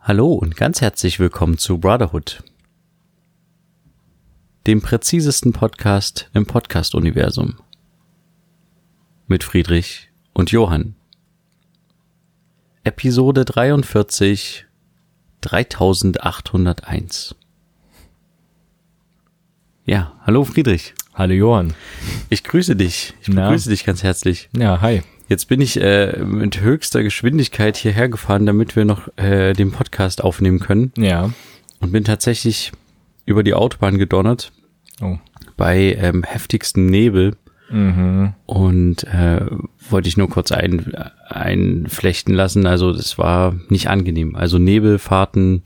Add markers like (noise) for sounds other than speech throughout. Hallo und ganz herzlich willkommen zu Brotherhood, dem präzisesten Podcast im Podcast-Universum. Mit Friedrich und Johann. Episode 43 3801. Ja, hallo Friedrich. Hallo Johann. Ich grüße dich. Ich Na? begrüße dich ganz herzlich. Ja, hi. Jetzt bin ich äh, mit höchster Geschwindigkeit hierher gefahren, damit wir noch äh, den Podcast aufnehmen können. Ja. Und bin tatsächlich über die Autobahn gedonnert Oh. bei ähm, heftigstem Nebel. Mhm. Und äh, wollte ich nur kurz ein, einflechten lassen. Also das war nicht angenehm. Also Nebelfahrten,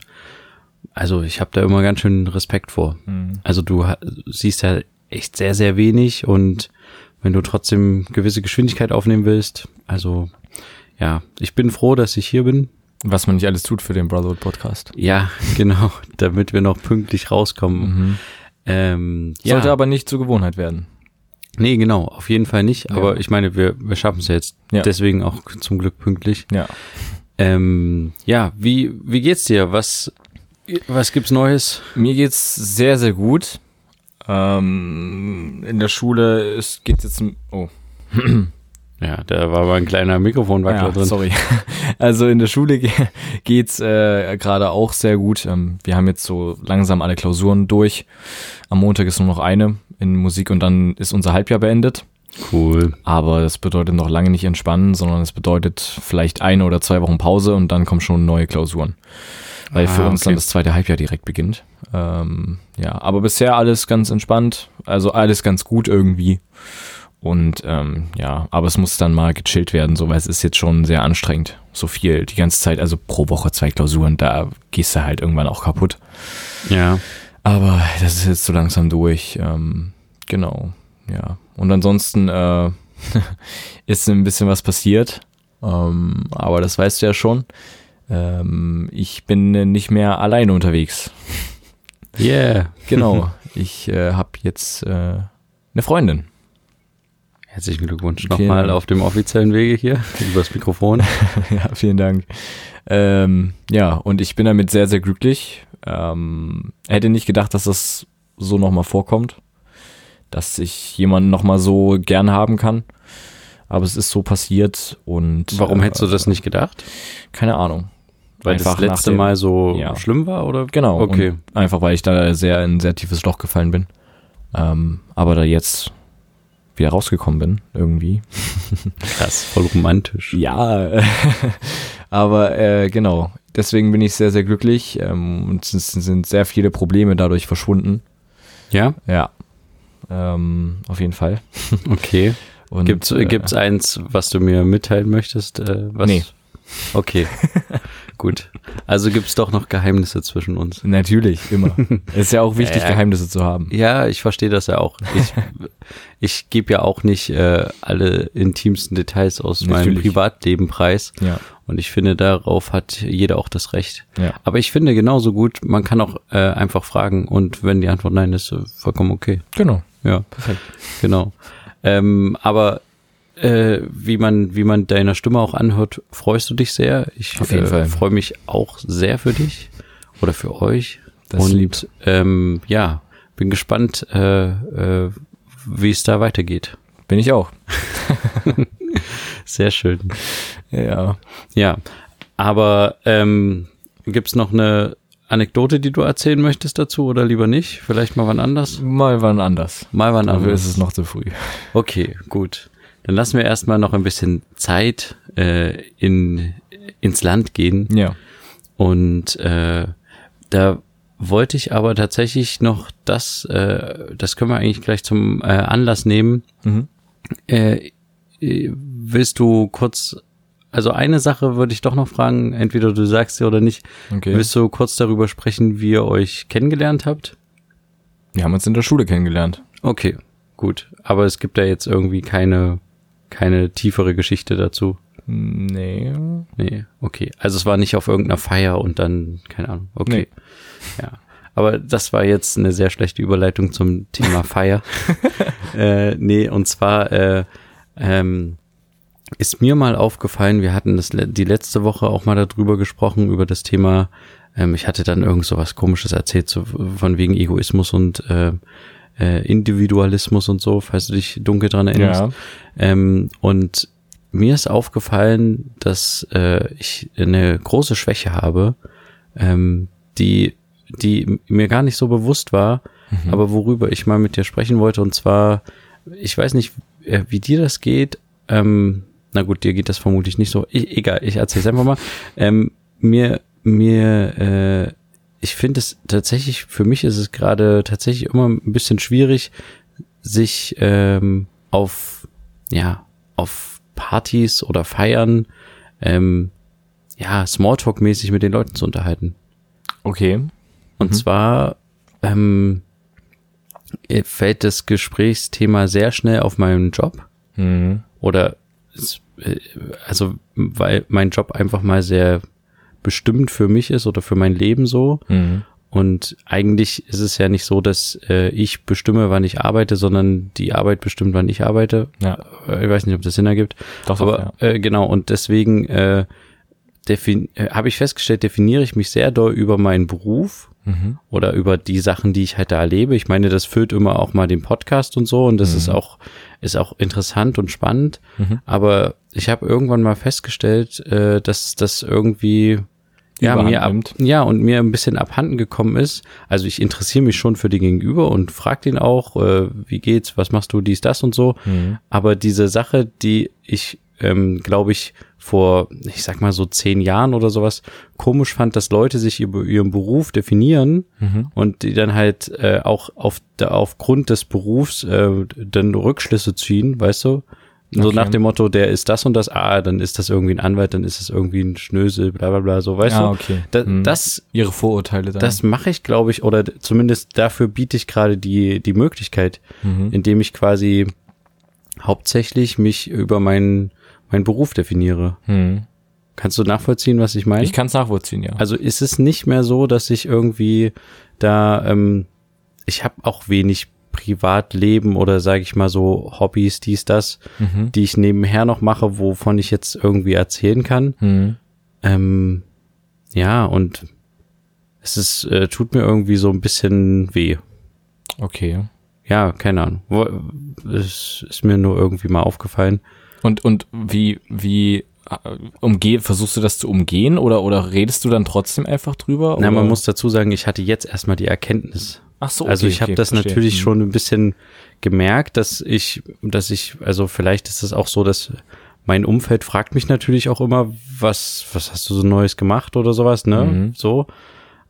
also ich habe da immer ganz schön Respekt vor. Also du ha- siehst ja echt sehr, sehr wenig und wenn du trotzdem gewisse Geschwindigkeit aufnehmen willst, also ja, ich bin froh, dass ich hier bin. Was man nicht alles tut für den Brotherhood Podcast. Ja, (laughs) genau, damit wir noch pünktlich rauskommen. Ähm, ja. Mhm. Sollte aber nicht zur Gewohnheit werden. Nee, genau, auf jeden Fall nicht. Aber ich meine, wir, wir schaffen es ja jetzt. Ja. Deswegen auch zum Glück pünktlich. Ja. Ähm, ja, wie, wie geht's dir? Was, was gibt's Neues? Mir geht's sehr, sehr gut. Ähm, in der Schule ist, geht's jetzt. m- Oh, Ja, da war mal ein kleiner Mikrofonwackler ja, drin. sorry. (laughs) Also in der Schule ge- geht's äh, gerade auch sehr gut. Ähm, wir haben jetzt so langsam alle Klausuren durch. Am Montag ist nur noch eine in Musik und dann ist unser Halbjahr beendet. Cool. Aber das bedeutet noch lange nicht entspannen, sondern es bedeutet vielleicht eine oder zwei Wochen Pause und dann kommen schon neue Klausuren. Weil für Ah, uns okay. dann das zweite Halbjahr direkt beginnt. Ähm, ja, aber bisher alles ganz entspannt, also alles ganz gut irgendwie. Und ähm, ja, aber es muss dann mal gechillt werden, so weil es ist jetzt schon sehr anstrengend. So viel die ganze Zeit, also pro Woche zwei Klausuren, da gehst du halt irgendwann auch kaputt. Ja. Aber das ist jetzt so langsam durch. Ähm, genau, ja. Und ansonsten äh, (laughs) ist ein bisschen was passiert. Ähm, aber das weißt du ja schon. Ähm, ich bin äh, nicht mehr alleine unterwegs. Yeah. Genau. ich äh, habe jetzt äh, eine Freundin. (laughs) Herzlichen Glückwunsch Okay. nochmal auf dem offiziellen Wege hier übers Mikrofon. (laughs) ja, vielen Dank. Ähm, ja, und ich bin damit sehr, sehr glücklich. Ähm, hätte nicht gedacht, dass das so nochmal vorkommt, dass ich jemanden nochmal so gern haben kann. Aber es ist so passiert und. Warum äh, hättest du das nicht gedacht? Keine Ahnung. Weil Einfach das letzte nach dem- Mal so Ja. schlimm war oder? Genau. Okay. Und einfach, weil ich da sehr in ein sehr tiefes Loch gefallen bin. Ähm, aber da jetzt wieder rausgekommen bin, irgendwie. Krass, (laughs) voll romantisch. Ja, (laughs) aber äh, genau. Deswegen bin ich sehr, sehr glücklich ähm, und es sind sehr viele Probleme dadurch verschwunden. Ja, Ja, ähm, auf jeden Fall. okay. Und, Gibt's, äh, gibt's eins, was du mir mitteilen möchtest? Äh, was? Nee. (laughs) Okay. Gut. Also gibt's doch noch Geheimnisse zwischen uns. (laughs) Natürlich, immer. ist ja auch wichtig, Ja, ja. Geheimnisse zu haben. Ja, ich verstehe das ja auch. (laughs) Ich, ich gebe ja auch nicht äh, alle intimsten Details aus meinem Natürlich. Privatleben preis. Ja, Und ich finde, darauf hat jeder auch das Recht. ja. Aber ich finde genauso gut, man kann auch äh, einfach fragen und wenn die Antwort nein ist, äh, vollkommen okay. Genau. Ja, Perfekt. genau. Ähm, aber äh, wie man wie man deiner Stimme auch anhört, freust du dich sehr. Ich Auf jeden äh, Fall. freue mich auch sehr für dich oder für euch. Das Und lieb. Ähm, ja, bin gespannt, äh, äh, wie es da weitergeht. Bin ich auch. Sehr schön. Ja. Ja, aber ähm, gibt's noch eine Anekdote, die du erzählen möchtest dazu oder lieber nicht? Vielleicht mal wann anders? Mal wann anders. Mal wann Dafür anders. ist es noch zu früh. Okay, gut. Dann lassen wir erstmal noch ein bisschen Zeit äh, in, ins Land gehen. Ja. Und äh, da wollte ich aber tatsächlich noch das, äh, das können wir eigentlich gleich zum äh, Anlass nehmen. Mhm. Äh, äh, willst du kurz, also eine Sache würde ich doch noch fragen, entweder du sagst sie oder nicht. Okay. Willst du kurz darüber sprechen, wie ihr euch kennengelernt habt? Wir haben uns in der Schule kennengelernt. Okay, gut. Aber es gibt da jetzt irgendwie keine, keine tiefere Geschichte dazu. Nee. Nee, okay. Also es war nicht auf irgendeiner Feier und dann, keine Ahnung. Okay. Ja. Aber das war jetzt eine sehr schlechte Überleitung zum Thema Feier. äh, nee, und zwar, äh, ähm, ist mir mal aufgefallen, wir hatten das le- die letzte Woche auch mal darüber gesprochen, über das Thema, ähm, ich hatte dann irgend so was komisches erzählt, so von wegen Egoismus und äh, äh, Individualismus und so, falls du dich dunkel dran erinnerst. Ja. Ähm, und mir ist aufgefallen, dass äh, ich eine große Schwäche habe, ähm, die, die mir gar nicht so bewusst war, aber worüber ich mal mit dir sprechen wollte. Und zwar, ich weiß nicht, äh, wie dir das geht. Ähm, na gut, dir geht das vermutlich nicht so. Ich, egal, ich erzähl's einfach mal. Ähm, mir, mir, äh, ich finde es tatsächlich, für mich ist es gerade tatsächlich immer ein bisschen schwierig, sich ähm, auf, ja, auf Partys oder Feiern, ähm, ja, Smalltalk-mäßig mit den Leuten zu unterhalten. Okay. Und zwar ähm, äh, fällt das Gesprächsthema sehr schnell auf meinen Job Mhm. oder es, äh, also weil mein Job einfach mal sehr bestimmt für mich ist oder für mein Leben so. Mhm. Und eigentlich ist es ja nicht so, dass äh, ich bestimme, wann ich arbeite, sondern die Arbeit bestimmt, wann ich arbeite. Ja. Äh, Ich weiß nicht, ob das Sinn ergibt. Doch, doch, Aber äh, genau, und deswegen äh, defin- äh, habe ich festgestellt, definiere ich mich sehr doll über meinen Beruf Mhm. oder über die Sachen, die ich halt da erlebe. Ich meine, das füllt immer auch mal den Podcast und so und das ist auch ist auch interessant und spannend. Mhm. Aber ich habe irgendwann mal festgestellt, äh, dass das irgendwie ja, Überhand mir ab, nimmt. ja, und mir ein bisschen abhanden gekommen ist. Also ich interessiere mich schon für den Gegenüber und frag den auch, äh, wie geht's, was machst du, dies, das und so. Mhm. Aber diese Sache, die ich, ähm, glaube ich, vor, ich sag mal so zehn Jahren oder sowas komisch fand, dass Leute sich über ihren Beruf definieren Mhm. und die dann halt äh, auch auf, da, aufgrund des Berufs äh, dann Rückschlüsse ziehen, weißt du? So Okay. nach dem Motto, der ist das und das, ah, dann ist das irgendwie ein Anwalt, dann ist das irgendwie ein Schnösel, bla bla bla, so, weißt Ah, du? okay. Da, Mhm. Das, Ihre Vorurteile dann. das mache ich, glaube ich, oder d- zumindest dafür biete ich gerade die, die Möglichkeit, Mhm. indem ich quasi hauptsächlich mich über meinen, meinen Beruf definiere. Mhm. Hm? Kannst du nachvollziehen, was Hm. ich meine? Ich kann es nachvollziehen, ja. Also ist es nicht mehr so, dass ich irgendwie da, ähm, ich habe auch wenig Privatleben oder sage ich mal so Hobbys, dies, das, Mhm. die ich nebenher noch mache, wovon ich jetzt irgendwie erzählen kann. Mhm. Ähm, ja, und es ist, äh, tut mir irgendwie so ein bisschen weh. Okay. Ja, keine Ahnung. Wo- Es ist mir nur irgendwie mal aufgefallen. Und, und wie, wie äh, umgeh, versuchst du das zu umgehen oder, oder redest du dann trotzdem einfach drüber? Na, oder? man muss dazu sagen, ich hatte jetzt erstmal die Erkenntnis. Ach so, Oh, okay, Also ich habe okay, das verstehe. natürlich Mhm. schon ein bisschen gemerkt, dass ich, dass ich, also vielleicht ist es auch so, dass mein Umfeld fragt mich natürlich auch immer, was, was hast du so Neues gemacht oder sowas, ne? Mhm. So.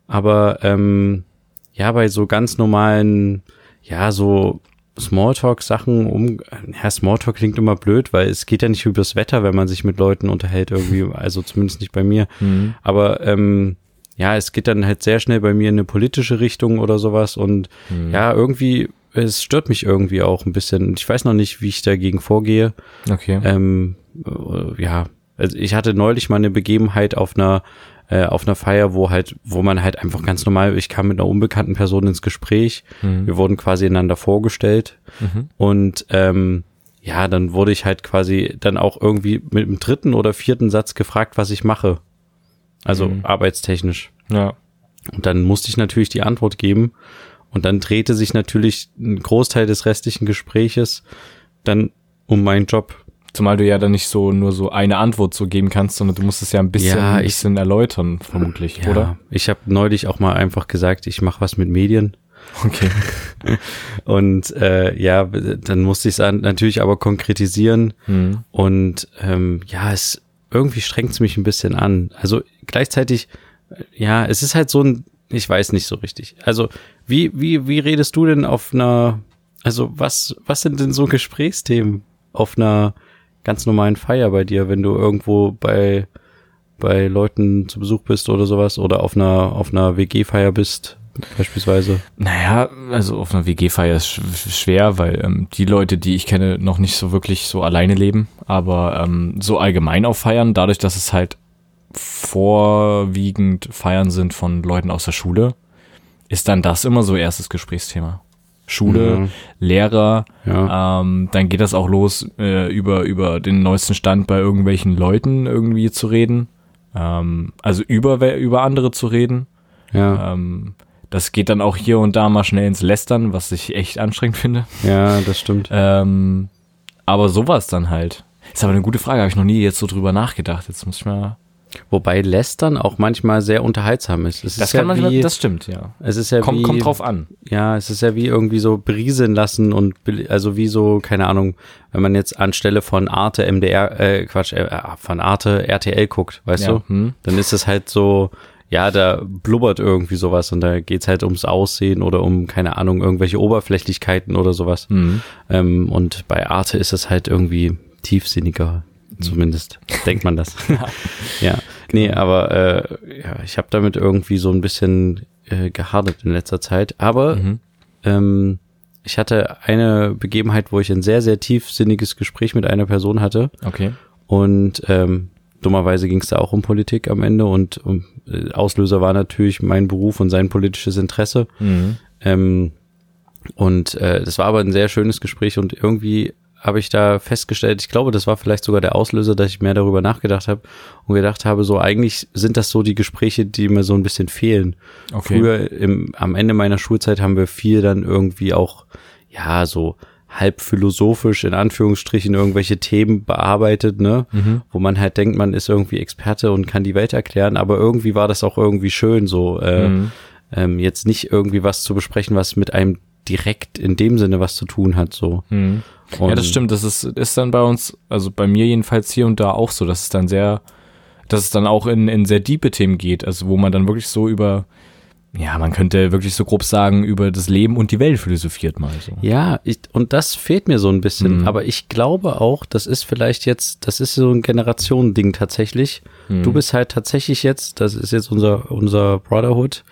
Aber ähm, ja, bei so ganz normalen, ja, so Smalltalk-Sachen um. Ja, Smalltalk klingt immer blöd, weil es geht ja nicht übers Wetter, wenn man sich mit Leuten unterhält, irgendwie, also zumindest nicht bei mir. Mhm. Aber ähm, ja, es geht dann halt sehr schnell bei mir in eine politische Richtung oder sowas. Und ja, irgendwie, es stört mich irgendwie auch ein bisschen. Und Ich weiß noch nicht, wie ich dagegen vorgehe. Okay. Ähm, äh, ja, also ich hatte neulich mal eine Begebenheit auf einer äh, auf einer Feier, wo halt, wo man halt einfach ganz normal, ich kam mit einer unbekannten Person ins Gespräch, Mhm. wir wurden quasi einander vorgestellt Mhm. und ähm, ja, dann wurde ich halt quasi dann auch irgendwie mit dem dritten oder vierten Satz gefragt, was ich mache. Also Mhm. arbeitstechnisch. Ja. Und dann musste ich natürlich die Antwort geben. Und dann drehte sich natürlich ein Großteil des restlichen Gespräches dann um meinen Job. Zumal du ja dann nicht so nur so eine Antwort so geben kannst, sondern du musst es ja ein bisschen, Ja, ein ich- bisschen erläutern, vermutlich, oder? Ich habe neulich auch mal einfach gesagt, ich mache was mit Medien. (laughs) Okay. Und äh, ja, dann musste ich es natürlich aber konkretisieren. Mhm. Und ähm, ja, es irgendwie strengt es mich ein bisschen an. Also gleichzeitig, äh, ja, es ist halt so ein, ich weiß nicht so richtig. Also wie wie wie redest du denn auf einer, also was was sind denn so Gesprächsthemen auf einer ganz normalen Feier bei dir, wenn du irgendwo bei bei Leuten zu Besuch bist oder sowas oder auf einer auf einer WG-Feier bist beispielsweise? Naja, also auf einer WG-Feier ist sch schwer, weil ähm, die Leute, die ich kenne, noch nicht so wirklich so alleine leben. Aber ähm, so allgemein auf Feiern, dadurch, dass es halt vorwiegend Feiern sind von Leuten aus der Schule, ist dann das immer so erstes Gesprächsthema. Schule, Ja. Lehrer, Ja. ähm, dann geht das auch los, äh, über, über den neuesten Stand bei irgendwelchen Leuten irgendwie zu reden. Ähm, also über, we- über andere zu reden. Ja, Ähm, das geht dann auch hier und da mal schnell ins Lästern, was ich echt anstrengend finde. ja, das stimmt. Ähm, aber sowas dann halt. Ist aber eine gute Frage, habe ich noch nie jetzt so drüber nachgedacht. Jetzt muss ich mal. Wobei Lästern auch manchmal sehr unterhaltsam ist. Es Das ist kann ja man, wie, das stimmt, ja. es ist ja wie, Kommt, kommt drauf an. Ja, es ist ja wie irgendwie so berieseln lassen und bel- also wie so, keine Ahnung, wenn man jetzt anstelle von Arte MDR, äh, Quatsch, äh, von Arte RTL guckt, weißt Ja, du? hm. Dann ist es halt so, ja, da blubbert irgendwie sowas und da geht's halt ums Aussehen oder um, keine Ahnung, irgendwelche Oberflächlichkeiten oder sowas. Hm. Ähm, und bei Arte ist es halt irgendwie tiefsinniger, zumindest denkt man das. ja, nee, aber äh, ja, ich habe damit irgendwie so ein bisschen äh, gehadert in letzter Zeit. Aber ähm, ich hatte eine Begebenheit, wo ich ein sehr, sehr tiefsinniges Gespräch mit einer Person hatte. Okay. Und ähm, dummerweise ging es da auch um Politik am Ende und um, äh, Auslöser war natürlich mein Beruf und sein politisches Interesse. Hm. Ähm, und äh, das war aber ein sehr schönes Gespräch und irgendwie habe ich da festgestellt, ich glaube, das war vielleicht sogar der Auslöser, dass ich mehr darüber nachgedacht habe und gedacht habe, so eigentlich sind das so die Gespräche, die mir so ein bisschen fehlen. Okay. Früher im, am Ende meiner Schulzeit haben wir viel dann irgendwie auch, ja, so halb philosophisch in Anführungsstrichen irgendwelche Themen bearbeitet, ne? Wo man halt denkt, man ist irgendwie Experte und kann die Welt erklären, aber irgendwie war das auch irgendwie schön, so Mhm. äh, Hm. ähm, jetzt nicht irgendwie was zu besprechen, was mit einem direkt in dem Sinne was zu tun hat, so. Hm. Und- ja, das stimmt. Das ist, ist dann bei uns, also bei mir jedenfalls hier und da auch so, dass es dann sehr, dass es dann auch in, in sehr diepe Themen geht, also wo man dann wirklich so über, ja, man könnte wirklich so grob sagen, über das Leben und die Welt philosophiert mal so. Ja, ich, und das fehlt mir so ein bisschen. Mhm. Aber ich glaube auch, das ist vielleicht jetzt, das ist so ein Generationending tatsächlich. Mhm. Du bist halt tatsächlich jetzt, das ist jetzt unser, unser Brotherhood,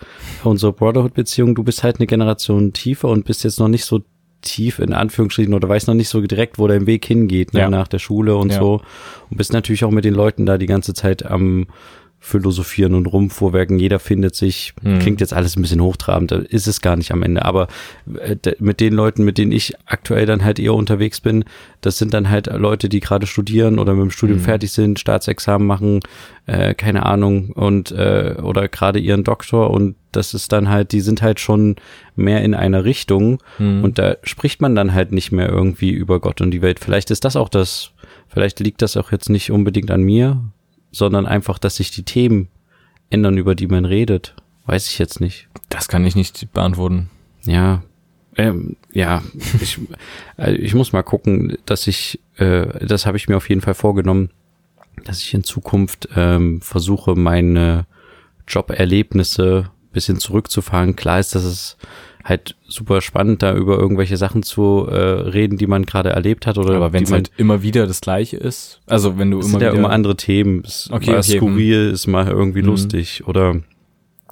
unsere Brotherhood-Beziehung, du bist halt eine Generation tiefer und bist jetzt noch nicht so tief in Anführungsstrichen oder weißt noch nicht so direkt, wo dein Weg hingeht, ne, Ja. nach der Schule und Ja. so. Und bist natürlich auch mit den Leuten da die ganze Zeit am Philosophieren und rumvorwerken. Jeder findet sich. Klingt jetzt alles ein bisschen hochtrabend, ist es gar nicht am Ende. Aber äh, d- mit den Leuten, mit denen ich aktuell dann halt eher unterwegs bin, das sind dann halt Leute, die gerade studieren oder mit dem Studium fertig sind, Staatsexamen machen, äh, keine Ahnung, und äh, oder gerade ihren Doktor und das ist dann halt, die sind halt schon mehr in einer Richtung und da spricht man dann halt nicht mehr irgendwie über Gott und die Welt. Vielleicht ist das auch das, vielleicht liegt das auch jetzt nicht unbedingt an mir, sondern einfach, dass sich die Themen ändern, über die man redet. Weiß ich jetzt nicht. Das kann ich nicht beantworten. Ja. Ähm, ja, (laughs) ich, also ich muss mal gucken, dass ich, äh, das habe ich mir auf jeden Fall vorgenommen, dass ich in Zukunft ähm, versuche, meine Joberlebnisse ein bisschen zurückzufahren. Klar ist, dass es halt super spannend, da über irgendwelche Sachen zu äh, reden, die man gerade erlebt hat oder Aber wenn die es man- halt immer wieder das Gleiche ist, also wenn du es immer sind ja wieder, immer andere Themen. Ist Okay, mal okay, mhm. skurril, ist mal irgendwie lustig oder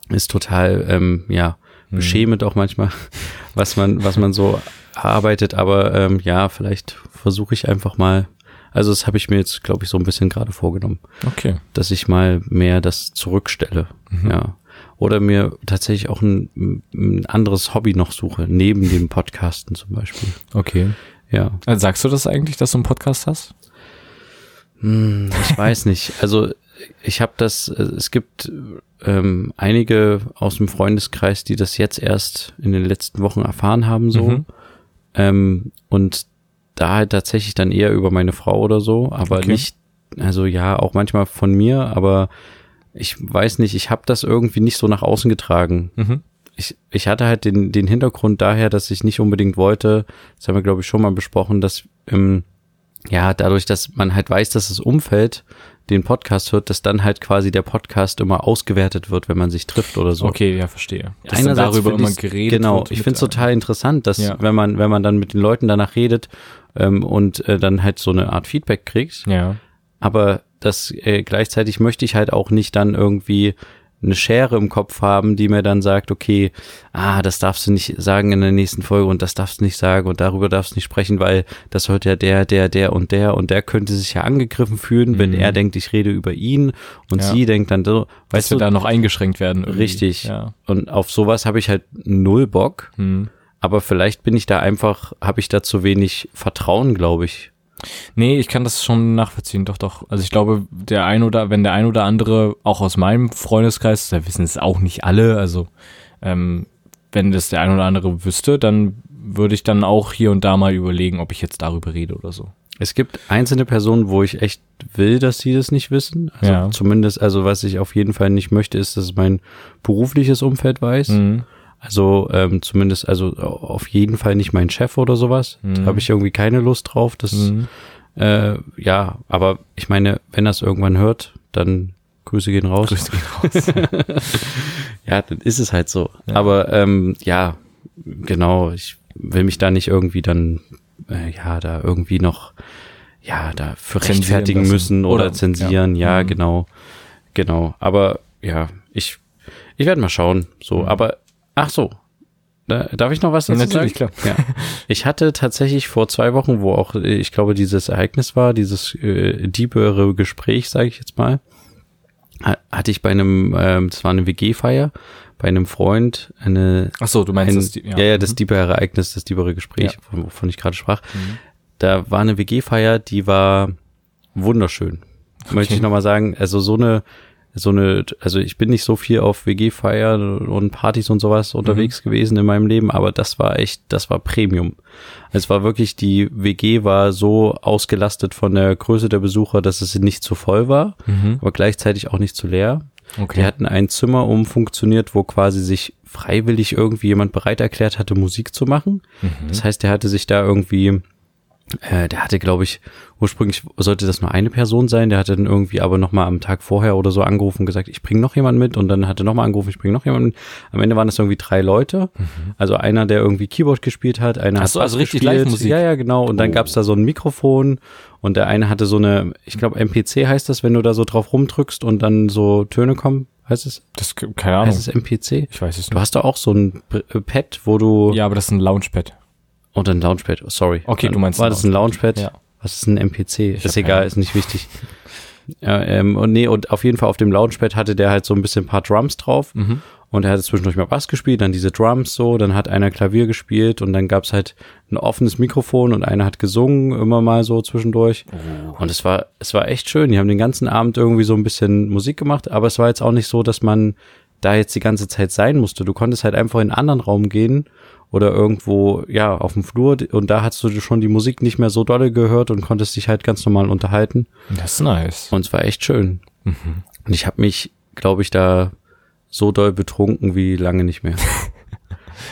ist total, ähm, ja, Mhm. beschämend auch manchmal, (laughs) was man, was man so arbeitet. Aber ähm, ja, vielleicht versuche ich einfach mal. Also das habe ich mir jetzt, glaube ich, so ein bisschen gerade vorgenommen, okay, dass ich mal mehr das zurückstelle. Mhm. Ja. Oder mir tatsächlich auch ein, ein anderes Hobby noch suche, neben dem Podcasten zum Beispiel. okay. Ja. Also sagst du das eigentlich, dass du einen Podcast hast? Hm, Ich weiß nicht. Also ich habe das, äh, es gibt ähm, einige aus dem Freundeskreis, die das jetzt erst in den letzten Wochen erfahren haben so. Mhm. Ähm, und da halt tatsächlich dann eher über meine Frau oder so, aber Okay. nicht, also ja, auch manchmal von mir, aber ich weiß nicht, ich habe das irgendwie nicht so nach außen getragen Mhm. ich, ich hatte halt den, den Hintergrund daher, dass ich nicht unbedingt wollte, das haben wir, glaube ich, schon mal besprochen, dass ähm, ja, dadurch, dass man halt weiß, dass das Umfeld den Podcast hört, dass dann halt quasi der Podcast immer ausgewertet wird, wenn man sich trifft oder so. Okay, ja, verstehe. Dass dann Einerseits darüber find immer ich's- geredet Genau, wird ich mit finde es allen. total interessant, dass Ja. wenn man, wenn man dann mit den Leuten danach redet ähm, und äh, dann halt so eine Art Feedback kriegt, Ja. aber das äh, gleichzeitig möchte ich halt auch nicht dann irgendwie eine Schere im Kopf haben, die mir dann sagt, okay, ah, das darfst du nicht sagen in der nächsten Folge und das darfst du nicht sagen und darüber darfst du nicht sprechen, weil das hört ja der, der, der und der und der könnte sich ja angegriffen fühlen, wenn er denkt, ich rede über ihn und Mhm. Ja. sie denkt dann so, weißt Dass wir du, da noch eingeschränkt werden. irgendwie. richtig. Ja. Und auf sowas habe ich halt null Bock. Hm. Aber vielleicht bin ich da einfach, habe ich da zu wenig Vertrauen, glaube ich. Nee, ich kann das schon nachvollziehen, doch, doch. Also ich glaube, der ein oder, wenn der ein oder andere, auch aus meinem Freundeskreis, da wissen es auch nicht alle, also ähm, wenn das der ein oder andere wüsste, dann würde ich dann auch hier und da mal überlegen, ob ich jetzt darüber rede oder so. Es gibt einzelne Personen, wo ich echt will, dass sie das nicht wissen. Also Ja. zumindest, also was ich auf jeden Fall nicht möchte, ist, dass mein berufliches Umfeld weiß. Mhm. Also ähm, zumindest, also auf jeden Fall nicht mein Chef oder sowas. Mhm. Da habe ich irgendwie keine Lust drauf. Das, äh, ja, aber ich meine, wenn er es irgendwann hört, dann Grüße gehen raus. Grüße Genau. gehen raus. Ja, dann ist es halt so. Aber ähm, ja, genau, ich will mich da nicht irgendwie dann, äh, ja, da irgendwie noch, ja, da für Zensieren rechtfertigen lassen. müssen oder, Oder- zensieren, ja, genau, genau. Aber ja, ich, ich werde mal schauen. So, aber ach so. Da, darf ich noch was Mhm. Ja, dazu natürlich, sagen? klar. Ja. Ich hatte tatsächlich vor zwei Wochen, wo auch, äh, ich glaube, dieses Ereignis war, dieses äh, diebere Gespräch, sage ich jetzt mal, ha- hatte ich bei einem, ähm, das war eine WG-Feier, bei einem Freund eine, Ach so, du meinst ein, das, mhm. ja, ja, das diebere Ereignis, das diebere Gespräch, wovon ich gerade sprach. Mhm. Da war eine WG-Feier, die war wunderschön. Möchte ich nochmal sagen, also so eine, so eine, also ich bin nicht so viel auf WG-Feiern und Partys und sowas Mhm. unterwegs gewesen in meinem Leben, aber das war echt, das war Premium. Es war wirklich, die WG war so ausgelastet von der Größe der Besucher, dass es nicht zu voll war, Mhm. aber gleichzeitig auch nicht zu leer. okay. Die hatten ein Zimmer umfunktioniert, wo quasi sich freiwillig irgendwie jemand bereit erklärt hatte, Musik zu machen. Das heißt, der hatte sich da irgendwie, äh, der hatte, glaube ich, ursprünglich sollte das nur eine Person sein, der hatte dann irgendwie aber nochmal am Tag vorher oder so angerufen und gesagt, ich bringe noch jemanden mit und dann hatte nochmal angerufen, ich bringe noch jemanden mit. Am Ende waren das irgendwie drei Leute. Also einer, der irgendwie Keyboard gespielt hat, einer Mhm. Ach hat so, Bass also richtig gespielt. Live-Musik. Oh. Ja, ja, genau. Und dann gab's da so ein Mikrofon und der eine hatte so eine, ich glaube, MPC heißt das, wenn du da so drauf rumdrückst und dann so Töne kommen. Heißt es? das, keine Ahnung. Heißt es MPC? ich weiß Also, es Du nicht. hast da auch so ein P- äh, Pad, wo du. Ja, aber das ist ein Launchpad. Und ein Launchpad, sorry. Okay, Dann du meinst War ein das ein Launchpad? Ja. Was ist ein MPC? ist hab keine egal, ist nicht wichtig. ja, ähm, und nee, und auf jeden Fall auf dem Launchpad hatte der halt so ein bisschen ein paar Drums drauf. Und er hatte zwischendurch mal Bass gespielt, dann diese Drums so, dann hat einer Klavier gespielt und dann gab's halt ein offenes Mikrofon und einer hat gesungen immer mal so zwischendurch. Und es war, es war echt schön. Die haben den ganzen Abend irgendwie so ein bisschen Musik gemacht, aber es war jetzt auch nicht so, dass man da jetzt die ganze Zeit sein musste. Du konntest halt einfach in einen anderen Raum gehen oder irgendwo, ja, auf dem Flur und da hast du schon die Musik nicht mehr so dolle gehört und konntest dich halt ganz normal unterhalten. Das ist nice. Und es war echt schön. Mhm. Und ich habe mich, glaube ich, da so doll betrunken wie lange nicht (laughs) mehr.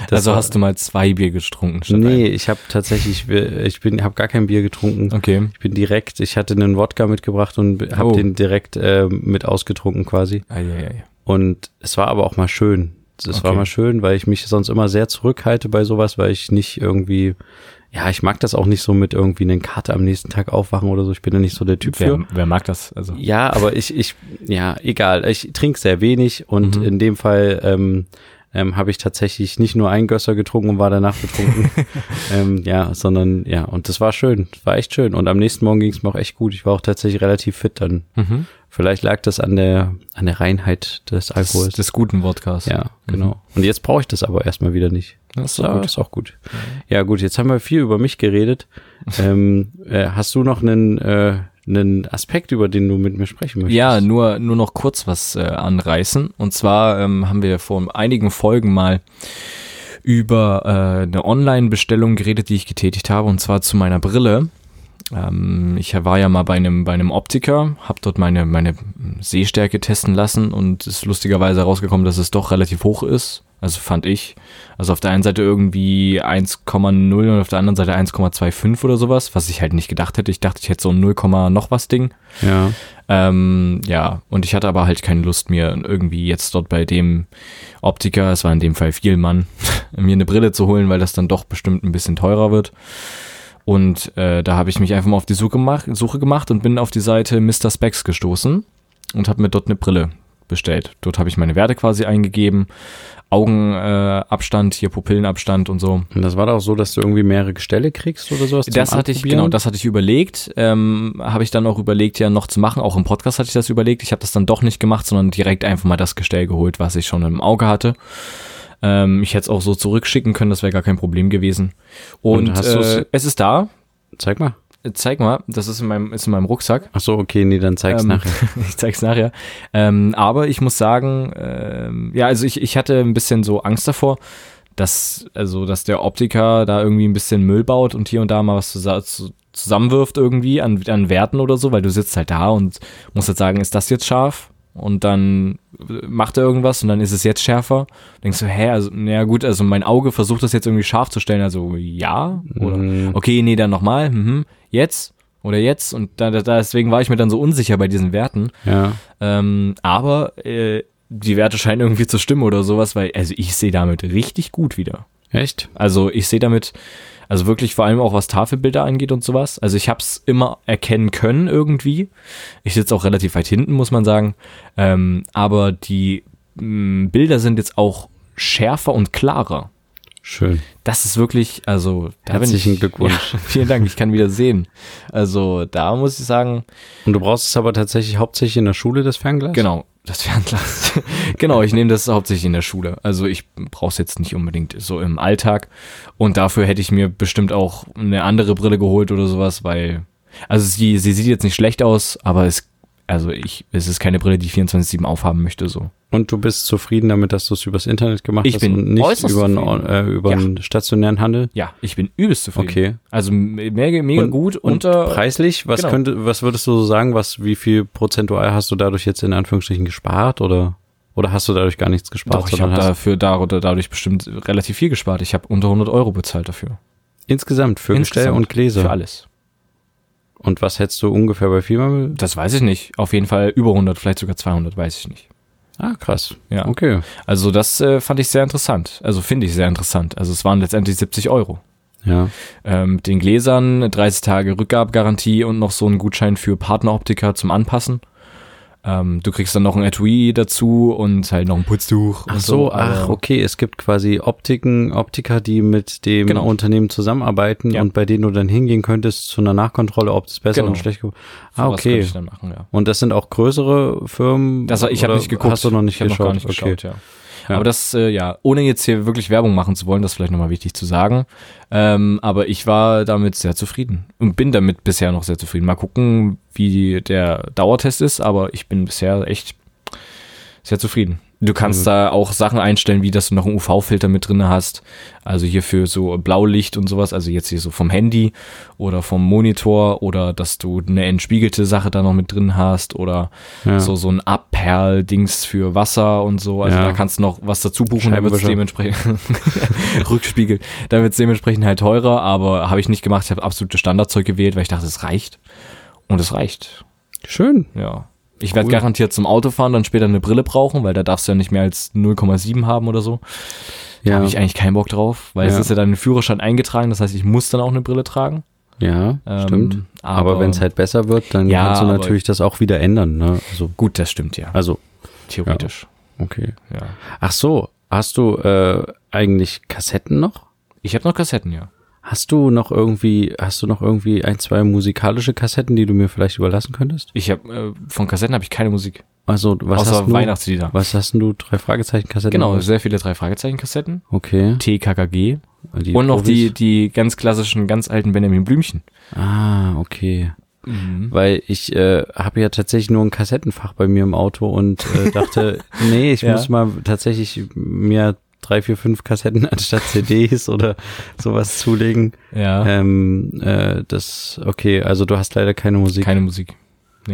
Das also war- hast du mal zwei Bier getrunken statt Nee, ich habe tatsächlich, ich bin, habe gar kein Bier getrunken. ein. Okay. Ich bin direkt, ich hatte einen Wodka mitgebracht und habe Oh. den direkt äh, mit ausgetrunken quasi. Eieiei. Und es war aber auch mal schön. Es war Okay. mal schön, weil ich mich sonst immer sehr zurückhalte bei sowas, weil ich nicht irgendwie, ja, ich mag das auch nicht so mit irgendwie einen Kater am nächsten Tag aufwachen oder so. Ich bin da nicht so der Typ für. Wer, wer mag das? Also, Ja, aber ich, ich, ja, egal. Ich trinke sehr wenig und in dem Fall ähm, ähm, habe ich tatsächlich nicht nur ein Gösser getrunken und war danach (laughs) betrunken. ähm, ja, sondern ja, und das war schön, das war echt schön. Und am nächsten Morgen ging es mir auch echt gut. Ich war auch tatsächlich relativ fit dann. mhm. Vielleicht lag das an der an der Reinheit des Alkohols. des, des guten Wodkas. ja, genau. Und jetzt brauche ich das aber erstmal wieder nicht. Das ist Ja, doch gut. ist auch gut. Ja, gut, jetzt haben wir viel über mich geredet. ähm, äh, hast du noch einen, äh, einen Aspekt, über den du mit mir sprechen möchtest? Ja, nur, nur noch kurz was äh, anreißen. Und zwar ähm, haben wir vor einigen Folgen mal über äh, eine Online-Bestellung geredet, die ich getätigt habe, und zwar zu meiner Brille. Ähm, ich war ja mal bei einem, bei einem Optiker, habe dort meine, meine Sehstärke testen lassen und ist lustigerweise herausgekommen, dass es doch relativ hoch ist. Also fand ich. Also auf der einen Seite irgendwie 1,0 und auf der anderen Seite 1,25 oder sowas, was ich halt nicht gedacht hätte. Ich dachte, ich hätte so ein 0, noch was Ding. Ja. Ähm, ja, und ich hatte aber halt keine Lust mir irgendwie jetzt dort bei dem Optiker, es war in dem Fall Vielmann, (laughs) mir eine Brille zu holen, weil das dann doch bestimmt ein bisschen teurer wird. Und äh, da habe ich mich einfach mal auf die Suche gemacht, Suche gemacht und bin auf die Seite Mr. Specs gestoßen und habe mir dort eine Brille bestellt. Dort habe ich meine Werte quasi eingegeben, Augenabstand, äh, Abstand, hier Pupillenabstand und so. Und das war doch so, dass du irgendwie mehrere Gestelle kriegst oder sowas. zum Das hatte ich, Anprobieren? genau, das hatte ich überlegt. Ähm, habe ich dann auch überlegt, ja noch zu machen. Auch im Podcast hatte ich das überlegt. Ich habe das dann doch nicht gemacht, sondern direkt einfach mal das Gestell geholt, was ich schon im Auge hatte. Ähm, ich hätte es auch so zurückschicken können, das wäre gar kein Problem gewesen. Und, Und hast du's- äh, es ist da. Zeig mal. Äh, Zeig mal, das ist in meinem, ist in meinem Rucksack. Ach so, okay, nee, dann zeig's Ähm, nachher. ich (laughs) zeig's nachher. Ähm, aber ich muss sagen, ähm, ja, also ich, ich hatte ein bisschen so Angst davor, dass, also, dass der Optiker da irgendwie ein bisschen Müll baut und hier und da mal was zusa- zu- zusammenwirft irgendwie an, an Werten oder so, weil du sitzt halt da und musst halt sagen, ist das jetzt scharf? Und dann macht er irgendwas und dann ist es jetzt schärfer. Denkst du, hä, also, naja gut, also mein Auge versucht das jetzt irgendwie scharf zu stellen, also ja? Oder Mm. okay, nee, dann nochmal, mhm, jetzt oder jetzt. Und da, da, deswegen war ich mir dann so unsicher bei diesen Werten. Ja. Ähm, aber äh, die Werte scheinen irgendwie zu stimmen oder sowas, weil also ich sehe damit richtig gut wieder. Echt? Also ich sehe damit, also wirklich vor allem auch was Tafelbilder angeht und sowas. Also ich habe es immer erkennen können irgendwie. Ich sitze auch relativ weit hinten, muss man sagen. Ähm, aber die mh, Bilder sind jetzt auch schärfer und klarer. Schön. Das ist wirklich, also da bin Herzlichen ich, Glückwunsch. (laughs) Ja, vielen Dank, ich kann wieder sehen. Also da muss ich sagen, Und du brauchst es aber tatsächlich hauptsächlich in der Schule, das Fernglas? (laughs) genau, das Fernglas. (laughs) genau, ich nehme das hauptsächlich in der Schule. Also ich brauche es jetzt nicht unbedingt so im Alltag. Und dafür hätte ich mir bestimmt auch eine andere Brille geholt oder sowas, weil, also sie, sie sieht jetzt nicht schlecht aus, aber es, also ich, es ist keine Brille, die ich 24-7 aufhaben möchte, so. Und du bist zufrieden damit, dass du es übers Internet gemacht Ich hast bin und nicht äußerst über, einen, zufrieden. äh, über Ja. einen stationären Handel? Ja, ich bin übelst zufrieden. Okay. Also mega, mega gut und unter. preislich, was genau. könnte, was würdest du so sagen, was, wie viel prozentual hast du dadurch jetzt in Anführungsstrichen gespart oder, oder hast du dadurch gar nichts gespart, Doch, ich habe hast dafür darunter, dadurch bestimmt relativ viel gespart. Ich habe unter 100 Euro bezahlt dafür. insgesamt für Gestell Insgesamt. und Gläser? Für alles. Und was hättest du ungefähr bei Firma? Das weiß ich nicht. Auf jeden Fall über 100, vielleicht sogar 200, weiß ich nicht. Ah, krass. Ja. Okay. Also das äh, fand ich sehr interessant. Also finde ich sehr interessant. Also es waren letztendlich 70 Euro. Ja. Ähm, mit den Gläsern, 30 Tage Rückgabegarantie und noch so einen Gutschein für Partneroptiker zum Anpassen. Ähm, du kriegst dann noch ein Etui dazu und halt noch ein Putztuch. und Also Ach so, ach, aber- okay. Es gibt quasi Optiken, Optiker, die mit dem Genau. Unternehmen zusammenarbeiten Ja. und bei denen du dann hingehen könntest zu einer Nachkontrolle, ob es besser Genau. und schlecht ge- Ah, Sowas könnte okay. Ich dann machen, ja. Und das sind auch größere Firmen? Das, ich habe oder nicht geguckt. Hast du noch nicht ich hab geschaut? Noch gar nicht okay. geschaut ja. Ja. Aber das, äh, ja, ohne jetzt hier wirklich Werbung machen zu wollen, das ist vielleicht nochmal wichtig zu sagen. Ähm, aber ich war damit sehr zufrieden und bin damit bisher noch sehr zufrieden. Mal gucken, wie der Dauertest ist, aber ich bin bisher echt sehr zufrieden. Du kannst Also da auch Sachen einstellen, wie dass du noch einen UV-Filter mit drinne hast. Also hier für so Blaulicht und sowas. Also jetzt hier so vom Handy oder vom Monitor oder dass du eine entspiegelte Sache da noch mit drin hast oder Ja. so, so ein Abperl-Dings für Wasser und so. Also Ja. da kannst du noch was dazu buchen, da wird es Scheibenwischer. dementsprechend (laughs) Rückspiegel, da wird es dementsprechend halt teurer, aber habe ich nicht gemacht. Ich habe absolute Standardzeug gewählt, weil ich dachte, es reicht. Und es reicht. Schön. Ja. Ich werde Cool. garantiert zum Autofahren dann später eine Brille brauchen, weil da darfst du ja nicht mehr als 0,7 haben oder so. Da Ja. habe ich eigentlich keinen Bock drauf, weil es Ja. ist ja dann im Führerschein eingetragen, das heißt, ich muss dann auch eine Brille tragen. Ja, Ähm, stimmt. Aber, aber- wenn es halt besser wird, dann Ja, kannst du aber- natürlich das auch wieder ändern. Ne? Also, Gut, das stimmt ja, also, theoretisch. okay. Ja. Ach so, hast du äh, eigentlich Kassetten noch? Ich habe noch Kassetten, ja. Hast du noch irgendwie, hast du noch irgendwie ein, zwei musikalische Kassetten, die du mir vielleicht überlassen könntest? Ich habe äh, von Kassetten habe ich keine Musik, Also, was hast außer du? Weihnachtslieder. Was hast denn du? Drei Fragezeichen Kassetten? Genau, sehr viele drei Fragezeichen Kassetten, Okay. TKKG Die und noch die Profis? die ganz klassischen ganz alten Benjamin Blümchen. Ah, okay. Mhm. Weil ich äh, habe ja tatsächlich nur ein Kassettenfach bei mir im Auto und (laughs) äh, dachte, nee, ich Ja. muss mal tatsächlich mir drei, vier, fünf Kassetten (laughs) anstatt CDs oder sowas zulegen. Ja, Ähm, äh, das, okay, also du hast leider keine Musik. keine Musik.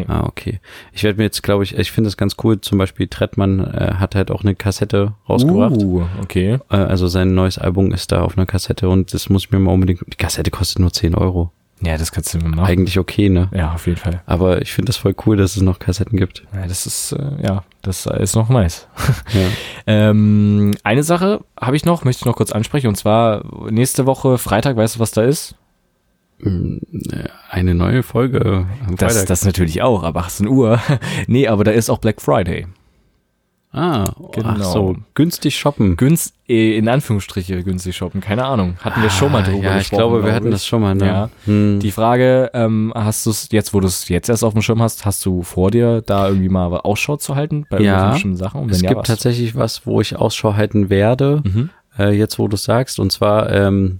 Ah, okay. Ich werde mir jetzt, glaube ich, ich finde das ganz cool, zum Beispiel Trettmann äh, hat halt auch eine Kassette rausgebracht. Uh, okay. Äh, also sein neues Album ist da auf einer Kassette und das muss ich mir mal unbedingt, die Kassette kostet nur 10 Euro. Ja, das kannst du mir machen. Eigentlich okay, ne? Ja, auf jeden Fall. Aber ich finde das voll cool, dass es noch Kassetten gibt. Ja, das ist äh, ja, das ist noch nice. Ja. Ähm, eine Sache habe ich noch, möchte ich noch kurz ansprechen und zwar nächste Woche Freitag, weißt du, was da ist? Mm, äh, Eine neue Folge am Das, Freitag. (laughs) das natürlich auch, ab 18 Uhr. nee, aber da ist auch Black Friday. Ah, genau. ach so, günstig shoppen. Günst, äh, in Anführungsstriche günstig shoppen, keine Ahnung. Hatten wir schon mal Ah, drüber ja, gesprochen. ich glaube, wir hatten ich. das schon mal. Ne? Ja. Hm. Die Frage, ähm, hast du es jetzt, wo du es jetzt erst auf dem Schirm hast, hast du vor dir, da irgendwie mal Ausschau zu halten bei Ja. irgendwelchen bestimmten Sachen? Und es ja, gibt was? tatsächlich was, wo ich Ausschau halten werde, Mhm. äh, jetzt wo du es sagst, und zwar ähm,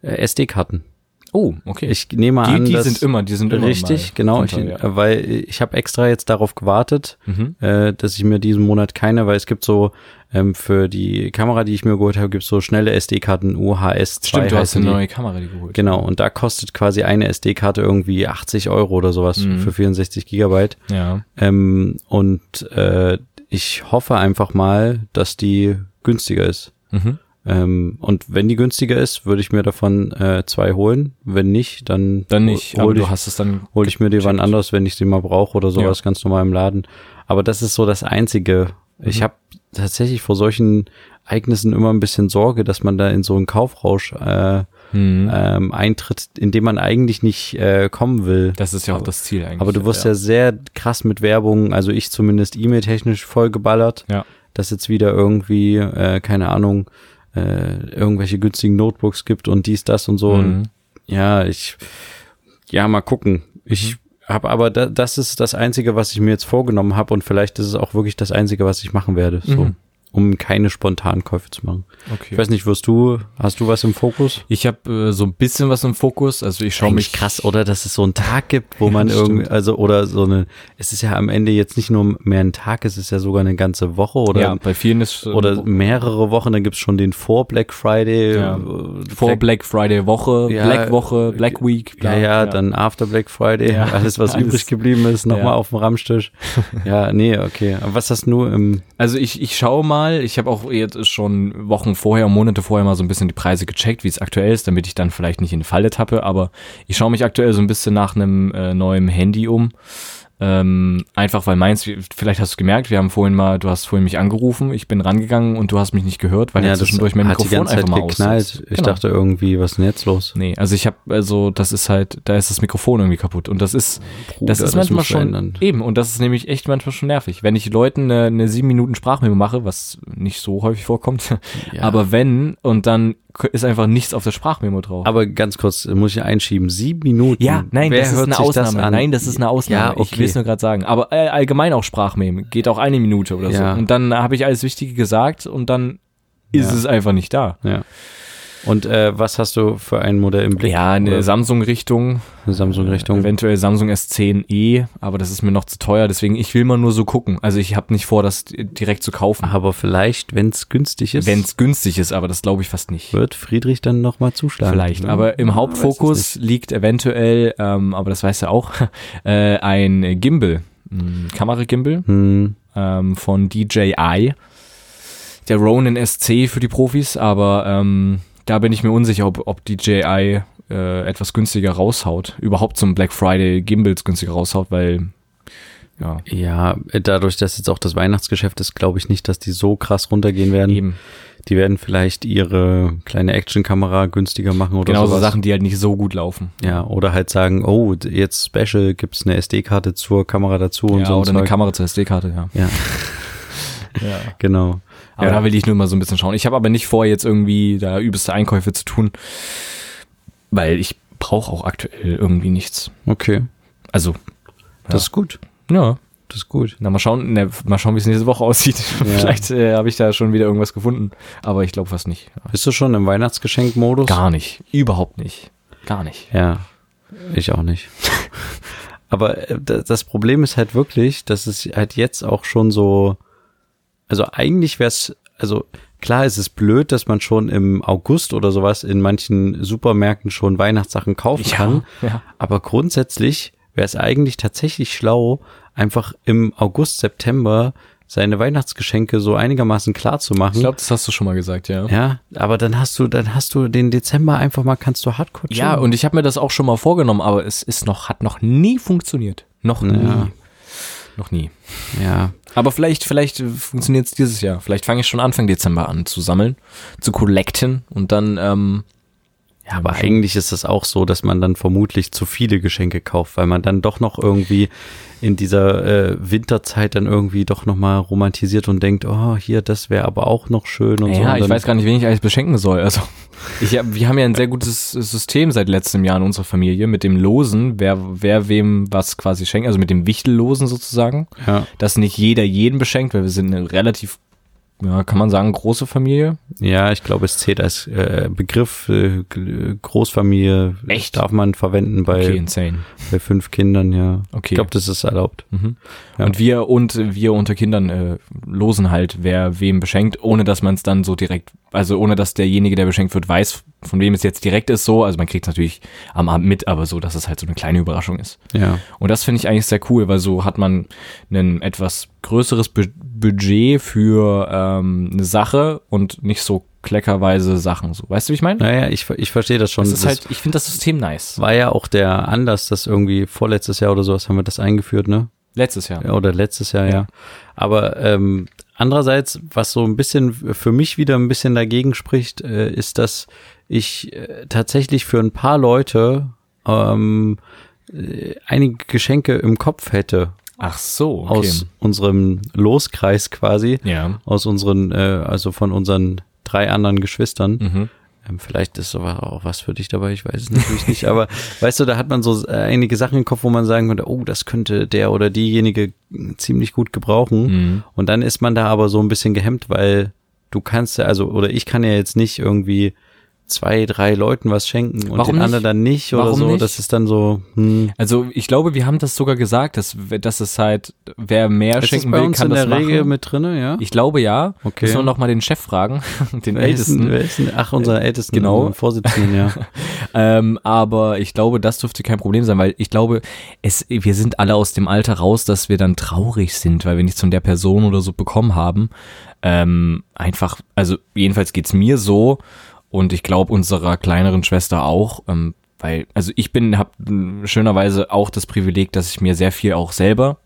äh, SD-Karten. Oh, okay. Ich nehme die an, die dass sind immer, die sind immer richtig, mal genau, ich, drunter, ja. äh, weil ich habe extra jetzt darauf gewartet, Mhm. äh, dass ich mir diesen Monat keine, weil es gibt so ähm, für die Kamera, die ich mir geholt habe, gibt so schnelle SD-Karten UHS. 2 Stimmt, du hast heißen eine die. neue Kamera dir geholt. Genau, und da kostet quasi eine SD-Karte irgendwie 80 Euro oder sowas Mhm. für 64 Gigabyte. Ja. Ähm, und äh, ich hoffe einfach mal, dass die günstiger ist. Mhm. Ähm, und wenn die günstiger ist, würde ich mir davon äh, zwei holen. Wenn nicht, dann, Dann nicht, hol- aber hol du ich, hast es dann. hol ich mir die wann anders, wenn ich sie mal brauche oder sowas ganz normal im Laden. Aber das ist so das Einzige. Mhm. Ich habe tatsächlich vor solchen Ereignissen immer ein bisschen Sorge, dass man da in so einen Kaufrausch äh, Mhm. ähm, eintritt, in dem man eigentlich nicht äh, kommen will. Das ist ja auch das Ziel eigentlich. Aber du wirst ja. sehr krass mit Werbung, also ich zumindest e-mail-technisch vollgeballert, Ja. dass jetzt wieder irgendwie, äh, keine Ahnung, äh, irgendwelche günstigen Notebooks gibt und dies, das und so. Mhm. Und ja, ich, ja, mal gucken. Mhm. Ich habe aber, da, das ist das Einzige, was ich mir jetzt vorgenommen habe und vielleicht ist es auch wirklich das Einzige, was ich machen werde, so, Mhm. um keine spontanen Käufe zu machen. Okay. Ich weiß nicht, wirst du, hast du was im Fokus? Ich habe äh, so ein bisschen was im Fokus. Also ich schaue mich Eigentlich krass, oder? Dass es so einen Tag gibt, wo man stimmt. irgendwie, also, oder so eine, es ist ja am Ende jetzt nicht nur mehr ein Tag, es ist ja sogar eine ganze Woche oder, ja, bei vielen ist äh, oder mehrere Wochen, dann gibt's schon den vor Black Friday, Ja. äh, vor Black Friday Woche, Ja, Black Woche, Black Week. ja, bla, ja, dann after Black Friday, Ja, (laughs) alles was (laughs) alles. übrig geblieben ist, nochmal Ja. auf dem (laughs) Ramstisch. ja, nee, okay. Aber was hast du im, Also ich, ich schaue mal, ich habe auch jetzt schon Wochen vorher, Monate vorher mal so ein bisschen die Preise gecheckt, wie es aktuell ist, damit ich dann vielleicht nicht in die Falle tappe, aber ich schaue mich aktuell so ein bisschen nach einem äh, neuen Handy um. Ähm, einfach weil meins, wie- vielleicht hast du gemerkt, wir haben vorhin mal, du hast vorhin mich angerufen, ich bin rangegangen und du hast mich nicht gehört, weil ja, zwischendurch mein hat Mikrofon die ganze einfach Zeit mal geknallt. aus. Genau. Ich dachte irgendwie, was ist denn jetzt los? Nee, also ich habe, also das ist halt, da ist das Mikrofon irgendwie kaputt und das ist, das Bruder, ist manchmal musst du schon ändern. eben und das ist nämlich echt manchmal schon nervig, wenn ich Leuten eine, eine sieben Minuten Sprachmemo mache, was nicht so häufig vorkommt, (laughs) Ja. aber wenn und dann k- ist einfach nichts auf der Sprachmemo drauf. Aber ganz kurz, äh, muss ich einschieben, sieben Minuten. ja, nein, Wer das ist hört eine sich Ausnahme. Das an? nein, das ist eine Ausnahme. Ja, okay. Ich will es nur gerade sagen. Aber äh, allgemein auch Sprachmemo geht auch eine Minute oder Ja. so. Und dann habe ich alles Wichtige gesagt und dann ist Ja. es einfach nicht da. Ja. Und äh, was hast du für ein Modell im Blick? Ja, eine Oder Samsung-Richtung, eine Samsung-Richtung. Eventuell Samsung S10e, aber das ist mir noch zu teuer, deswegen ich will mal nur so gucken. Also ich habe nicht vor, das direkt zu kaufen. Aber vielleicht, wenn es günstig ist, Wenn es günstig ist, aber das glaube ich fast nicht. wird Friedrich dann nochmal zuschlagen. Vielleicht. ne? Aber im weiß Hauptfokus liegt eventuell, ähm, aber das weißt du auch, (laughs) äh, ein Gimbal, ein Kameragimbal Hm, ähm, von DJI. Der Ronin SC für die Profis, aber ähm, da bin ich mir unsicher, ob, ob DJI äh, etwas günstiger raushaut. Überhaupt zum Black Friday Gimbals günstiger raushaut, weil ja, ja, äh, dadurch, dass jetzt auch das Weihnachtsgeschäft ist, glaube ich nicht, dass die so krass runtergehen werden. Eben. Die werden vielleicht ihre kleine Actionkamera günstiger machen oder Genauso sowas. Sachen, die halt nicht so gut laufen. Ja, oder halt sagen, oh, jetzt Special gibt's eine SD-Karte zur Kamera dazu und ja, so. ein oder eine Zeug. Kamera zur SD-Karte, ja. Ja, (laughs) ja. genau. Aber ja. da will ich nur mal so ein bisschen schauen. Ich habe aber nicht vor, jetzt irgendwie da übelste Einkäufe zu tun, weil ich brauche auch aktuell irgendwie nichts. Okay, Also, das ist gut. ja. Das ist gut. Na, mal schauen, ne, mal schauen, wie es nächste Woche aussieht. (laughs) Vielleicht äh, habe ich da schon wieder irgendwas gefunden. Aber ich glaube fast nicht. Bist du schon im Weihnachtsgeschenk-Modus? Gar nicht. Überhaupt nicht. Gar nicht. Ja, ich auch (laughs) nicht. Aber äh, da- das Problem ist halt wirklich, dass es halt jetzt auch schon so, also eigentlich wäre es, also klar ist es blöd, dass man schon im August oder sowas in manchen Supermärkten schon Weihnachtssachen kaufen kann. ja. Aber grundsätzlich wäre es eigentlich tatsächlich schlau, einfach im August, September seine Weihnachtsgeschenke so einigermaßen klar zu machen. Ich glaube, das hast du schon mal gesagt, ja. Hm. Ja, aber dann hast du, dann hast du den Dezember einfach mal, kannst du hardcore chillen. Ja, und ich habe mir das auch schon mal vorgenommen, aber es ist noch, hat noch nie funktioniert. Noch Ja. nie. Noch nie. ja, Aber vielleicht, vielleicht funktioniert es dieses Jahr. Vielleicht fange ich schon Anfang Dezember an zu sammeln, zu collecten und dann ähm, Ja, aber eigentlich ist es auch so, dass man dann vermutlich zu viele Geschenke kauft, weil man dann doch noch irgendwie in dieser äh, Winterzeit dann irgendwie doch nochmal romantisiert und denkt, oh, hier, das wäre aber auch noch schön und so. Ja, und ich dann- weiß gar nicht, wen ich eigentlich beschenken soll. Also, (laughs) ich, hab- wir haben ja ein sehr gutes System seit letztem Jahr in unserer Familie mit dem Losen, wer, wer wem was quasi schenkt, also mit dem Wichtellosen sozusagen, Ja, dass nicht jeder jeden beschenkt, weil wir sind eine relativ, ja, kann man sagen, große Familie. ja, ich glaube, es zählt als äh, Begriff. Äh, G- Großfamilie Echt? darf man verwenden bei, Okay, insane. bei fünf Kindern, ja. Ich Okay. glaube, das ist erlaubt. Ja. Und wir und wir unter Kindern äh, losen halt, wer wem beschenkt, ohne dass man es dann so direkt, also ohne dass derjenige, der beschenkt wird, weiß, von wem es jetzt direkt ist, so. Also man kriegt es natürlich am Abend mit, aber so, dass es halt so eine kleine Überraschung ist. Ja. Und das finde ich eigentlich sehr cool, weil so hat man ein etwas größeres Bu Budget für ähm, eine Sache und nicht so kleckerweise Sachen. So, weißt du, wie ich meine? Naja, ich, ver- ich verstehe das schon. Das ist Das- halt, ich finde das System nice. war ja auch der Anlass, dass irgendwie vorletztes Jahr oder sowas haben wir das eingeführt, ne? Letztes Jahr. Ja, oder letztes Jahr, ja. Ja. Aber ähm, andererseits, was so ein bisschen für mich wieder ein bisschen dagegen spricht, äh, ist, dass ich äh, tatsächlich für ein paar Leute ähm, äh, einige Geschenke im Kopf hätte Ach so, okay. aus unserem Loskreis quasi, ja. aus unseren, äh, also von unseren drei anderen Geschwistern. Mhm. Ähm, Vielleicht ist aber auch was für dich dabei, ich weiß es natürlich nicht. (laughs) Aber weißt du, da hat man so äh, einige Sachen im Kopf, wo man sagen könnte, oh, das könnte der oder diejenige hm, ziemlich gut gebrauchen. Mhm. Und dann ist man da aber so ein bisschen gehemmt, weil du kannst ja, also, oder ich kann ja jetzt nicht irgendwie zwei, drei Leuten was schenken und Warum den nicht? anderen dann nicht oder Warum so. nicht? Das ist dann so, hm. Also ich glaube, wir haben das sogar gesagt, dass, dass es halt, wer mehr Es schenken ist bei will, uns kann in das der machen. Regel mit drinne, ja? ich glaube ja. Okay. Müssen wir noch mal den Chef fragen, (laughs) den Wer ist denn- Ältesten. wer ist denn- Ach, unser ältesten genau. äh, Vorsitzenden, (laughs) ja. Ähm, aber ich glaube, das dürfte kein Problem sein, weil ich glaube, es, wir sind alle aus dem Alter raus, dass wir dann traurig sind, weil wir nichts von der Person oder so bekommen haben. Ähm, einfach, also jedenfalls geht's mir so und ich glaube unserer kleineren Schwester auch, ähm, weil, also ich bin, hab mh, schönerweise auch das Privileg, dass ich mir sehr viel auch selber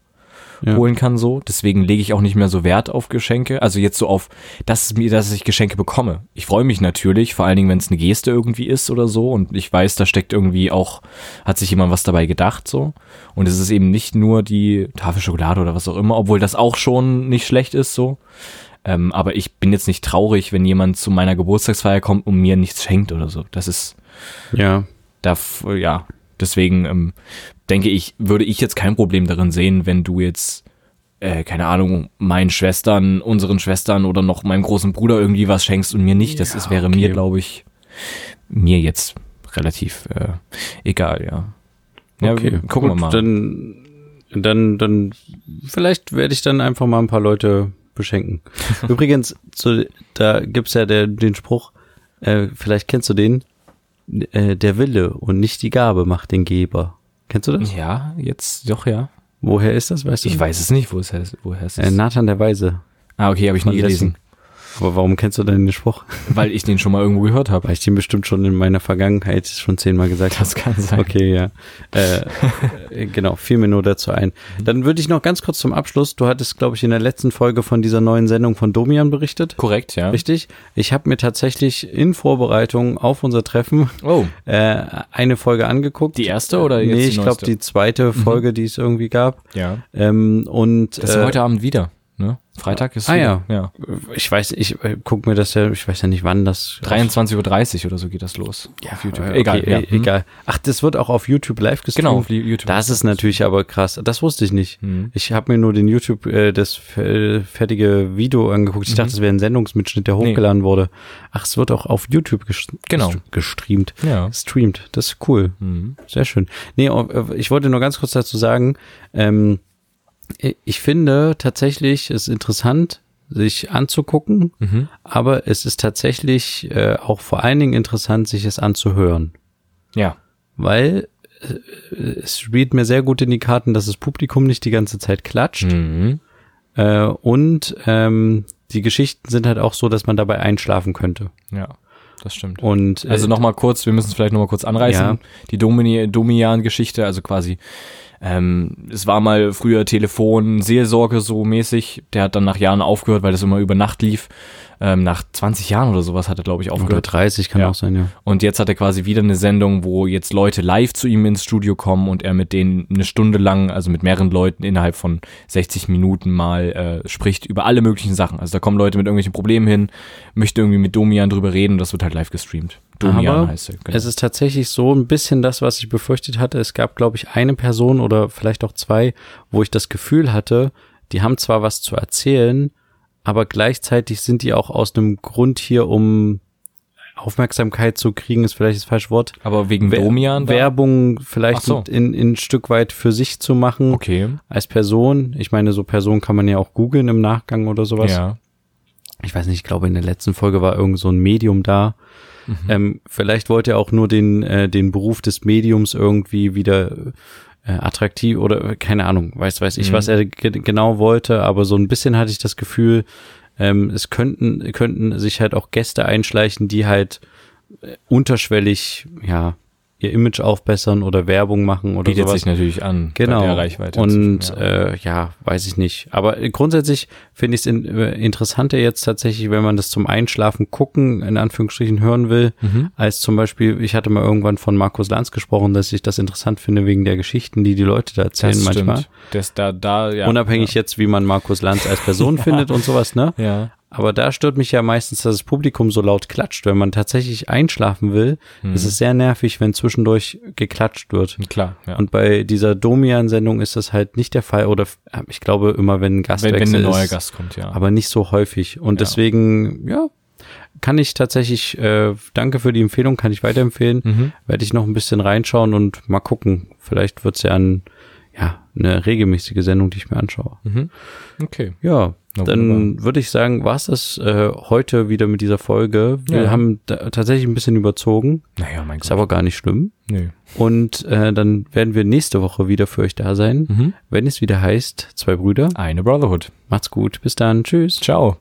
Ja. holen kann so. Deswegen lege ich auch nicht mehr so Wert auf Geschenke. Also jetzt so auf, dass es mir, dass ich Geschenke bekomme. Ich freue mich natürlich, vor allen Dingen, wenn es eine Geste irgendwie ist oder so. Und ich weiß, da steckt irgendwie auch, hat sich jemand was dabei gedacht so. Und es ist eben nicht nur die Tafel Schokolade oder was auch immer, obwohl das auch schon nicht schlecht ist so. Ähm, aber ich bin jetzt nicht traurig, wenn jemand zu meiner Geburtstagsfeier kommt und mir nichts schenkt oder so. Das ist ja. da, f- ja, deswegen ähm, denke ich, würde ich jetzt kein Problem darin sehen, wenn du jetzt, äh, keine Ahnung, meinen Schwestern, unseren Schwestern oder noch meinem großen Bruder irgendwie was schenkst und mir nicht. Das ist, wäre mir, glaube ich, mir jetzt relativ äh, egal, ja. Ja, Okay, gucken gut, wir mal. Dann, dann, dann, vielleicht werde ich dann einfach mal ein paar Leute (laughs) beschenken. Übrigens, zu, da gibt's ja der, den Spruch, äh, vielleicht kennst du den, äh, der Wille und nicht die Gabe macht den Geber. Kennst du das? ja, jetzt doch, ja. Woher ist das, weißt du? Ich weiß es nicht, wo es heißt. Woher es Äh, ist. Nathan der Weise. ah, okay, habe ich nie Von gelesen, Aber warum kennst du denn den Spruch? weil ich den schon mal irgendwo gehört (laughs) habe. Weil ich den bestimmt schon in meiner Vergangenheit schon zehnmal (laughs) gesagt habe. Das kann (laughs) sein. Okay, ja. Äh, genau, fiel mir nur dazu ein. Dann würde ich noch ganz kurz zum Abschluss. Du hattest, glaube ich, in der letzten Folge von dieser neuen Sendung von Domian berichtet. Korrekt, ja. Richtig? Ich habe mir tatsächlich in Vorbereitung auf unser Treffen Oh, äh, eine Folge angeguckt. Die erste oder jetzt Nee, die ich glaube neueste? die zweite Folge, die es irgendwie gab. ja. Ähm, und Das ist ja heute Abend wieder. Ne? Freitag ist Ah, wieder. Äh, ja. ich weiß, ich äh, guck mir das ja, ich weiß ja nicht, wann das äh, 23.30 Uhr oder so geht das los. auf YouTube. Okay, egal, egal, ja. Hm. egal. Ach, das wird auch auf YouTube live gestreamt. Genau, auf YouTube. Das ist natürlich aber krass. Das wusste ich nicht. Mhm. Ich habe mir nur den YouTube äh, das f- äh, fertige Video angeguckt. Ich Mhm. dachte, es wäre ein Sendungsmitschnitt, der hochgeladen wurde. Ach, es wird auch auf YouTube gest Genau. gest- gestreamt. Ja. Streamt. Das ist cool. Mhm. Sehr schön. Nee, oh, äh, ich wollte nur ganz kurz dazu sagen, ähm, i- ich finde tatsächlich es ist interessant, sich anzugucken, Mhm. aber es ist tatsächlich äh, auch vor allen Dingen interessant, sich es anzuhören Ja. weil äh, es spielt mir sehr gut in die Karten, dass das Publikum nicht die ganze Zeit klatscht. Mhm. Äh, und ähm, die Geschichten sind halt auch so, dass man dabei einschlafen könnte. Ja, das stimmt. Und äh, Also nochmal kurz, wir müssen es vielleicht nochmal kurz anreißen. Ja. Die Domini- Domian-Geschichte, also quasi, äh, Ähm, es war mal früher Telefon, Seelsorge so mäßig. Der hat dann nach Jahren aufgehört, weil das immer über Nacht lief. Ähm, nach 20 Jahren oder sowas hat er, glaube ich, Oder aufgehört. 30 kann Ja. auch sein, ja. Und jetzt hat er quasi wieder eine Sendung, wo jetzt Leute live zu ihm ins Studio kommen und er mit denen eine Stunde lang, also mit mehreren Leuten innerhalb von 60 Minuten mal äh, spricht über alle möglichen Sachen. Also da kommen Leute mit irgendwelchen Problemen hin, möchte irgendwie mit Domian drüber reden und das wird halt live gestreamt. Domian Aber heißt er. genau. Es ist tatsächlich so ein bisschen das, was ich befürchtet hatte. Es gab, glaube ich, eine Person oder vielleicht auch zwei, wo ich das Gefühl hatte, die haben zwar was zu erzählen, aber gleichzeitig sind die auch aus einem Grund hier, um Aufmerksamkeit zu kriegen, ist vielleicht das falsche Wort. Aber wegen Wer- Domian da? Werbung Ach vielleicht so. in, in ein Stück weit für sich zu machen Okay. als Person. Ich meine, so Person kann man ja auch googeln im Nachgang oder sowas Ja. ich weiß nicht, ich glaube in der letzten Folge war irgend so ein Medium da. Mhm. Ähm, vielleicht wollte er auch nur den, äh, den Beruf des Mediums irgendwie wieder äh, attraktiv oder äh, keine Ahnung, weiß, weiß ich, Mhm. was er ge genau wollte, aber so ein bisschen hatte ich das Gefühl, ähm, es könnten, könnten sich halt auch Gäste einschleichen, die halt äh, unterschwellig, ja, ihr Image aufbessern oder Werbung machen oder Bietet sowas. sich natürlich an, Genau. bei der Reichweite. Und zu- ja. äh, ja, weiß ich nicht. Aber äh, grundsätzlich finde ich es in, äh, interessanter jetzt tatsächlich, wenn man das zum Einschlafen gucken, in Anführungsstrichen hören will, Mhm. als zum Beispiel, ich hatte mal irgendwann von Markus Lanz gesprochen, dass ich das interessant finde wegen der Geschichten, die die Leute da erzählen das stimmt. manchmal. Das da, da, ja. Unabhängig jetzt, wie man Markus Lanz als (laughs) Person findet und sowas, ne? Ja. Aber da stört mich ja meistens, dass das Publikum so laut klatscht. Wenn man tatsächlich einschlafen will, Mhm. ist es sehr nervig, wenn zwischendurch geklatscht wird. ja. Klar, ja. Und bei dieser Domian-Sendung ist das halt nicht der Fall. Oder f- ich glaube immer, wenn ein wenn, Gastwechsel wenn ein neuer ist, Gast kommt, ja. aber nicht so häufig. Und deswegen, ja, kann ich tatsächlich, äh, danke für die Empfehlung, kann ich weiterempfehlen. Mhm. Werde ich noch ein bisschen reinschauen und mal gucken. Vielleicht wird's ja, ein, ja eine regelmäßige Sendung, die ich mir anschaue. okay. Ja, Mhm. Na, dann würde ich sagen, war's das äh, heute wieder mit dieser Folge. Wir Ja. haben da- tatsächlich ein bisschen überzogen, Naja, mein Gott. ist aber gar nicht schlimm. Nö. Und äh, dann werden wir nächste Woche wieder für euch Mhm. da sein, wenn es wieder heißt, zwei Brüder. Eine Brotherhood. Macht's gut, bis dann, tschüss. Ciao.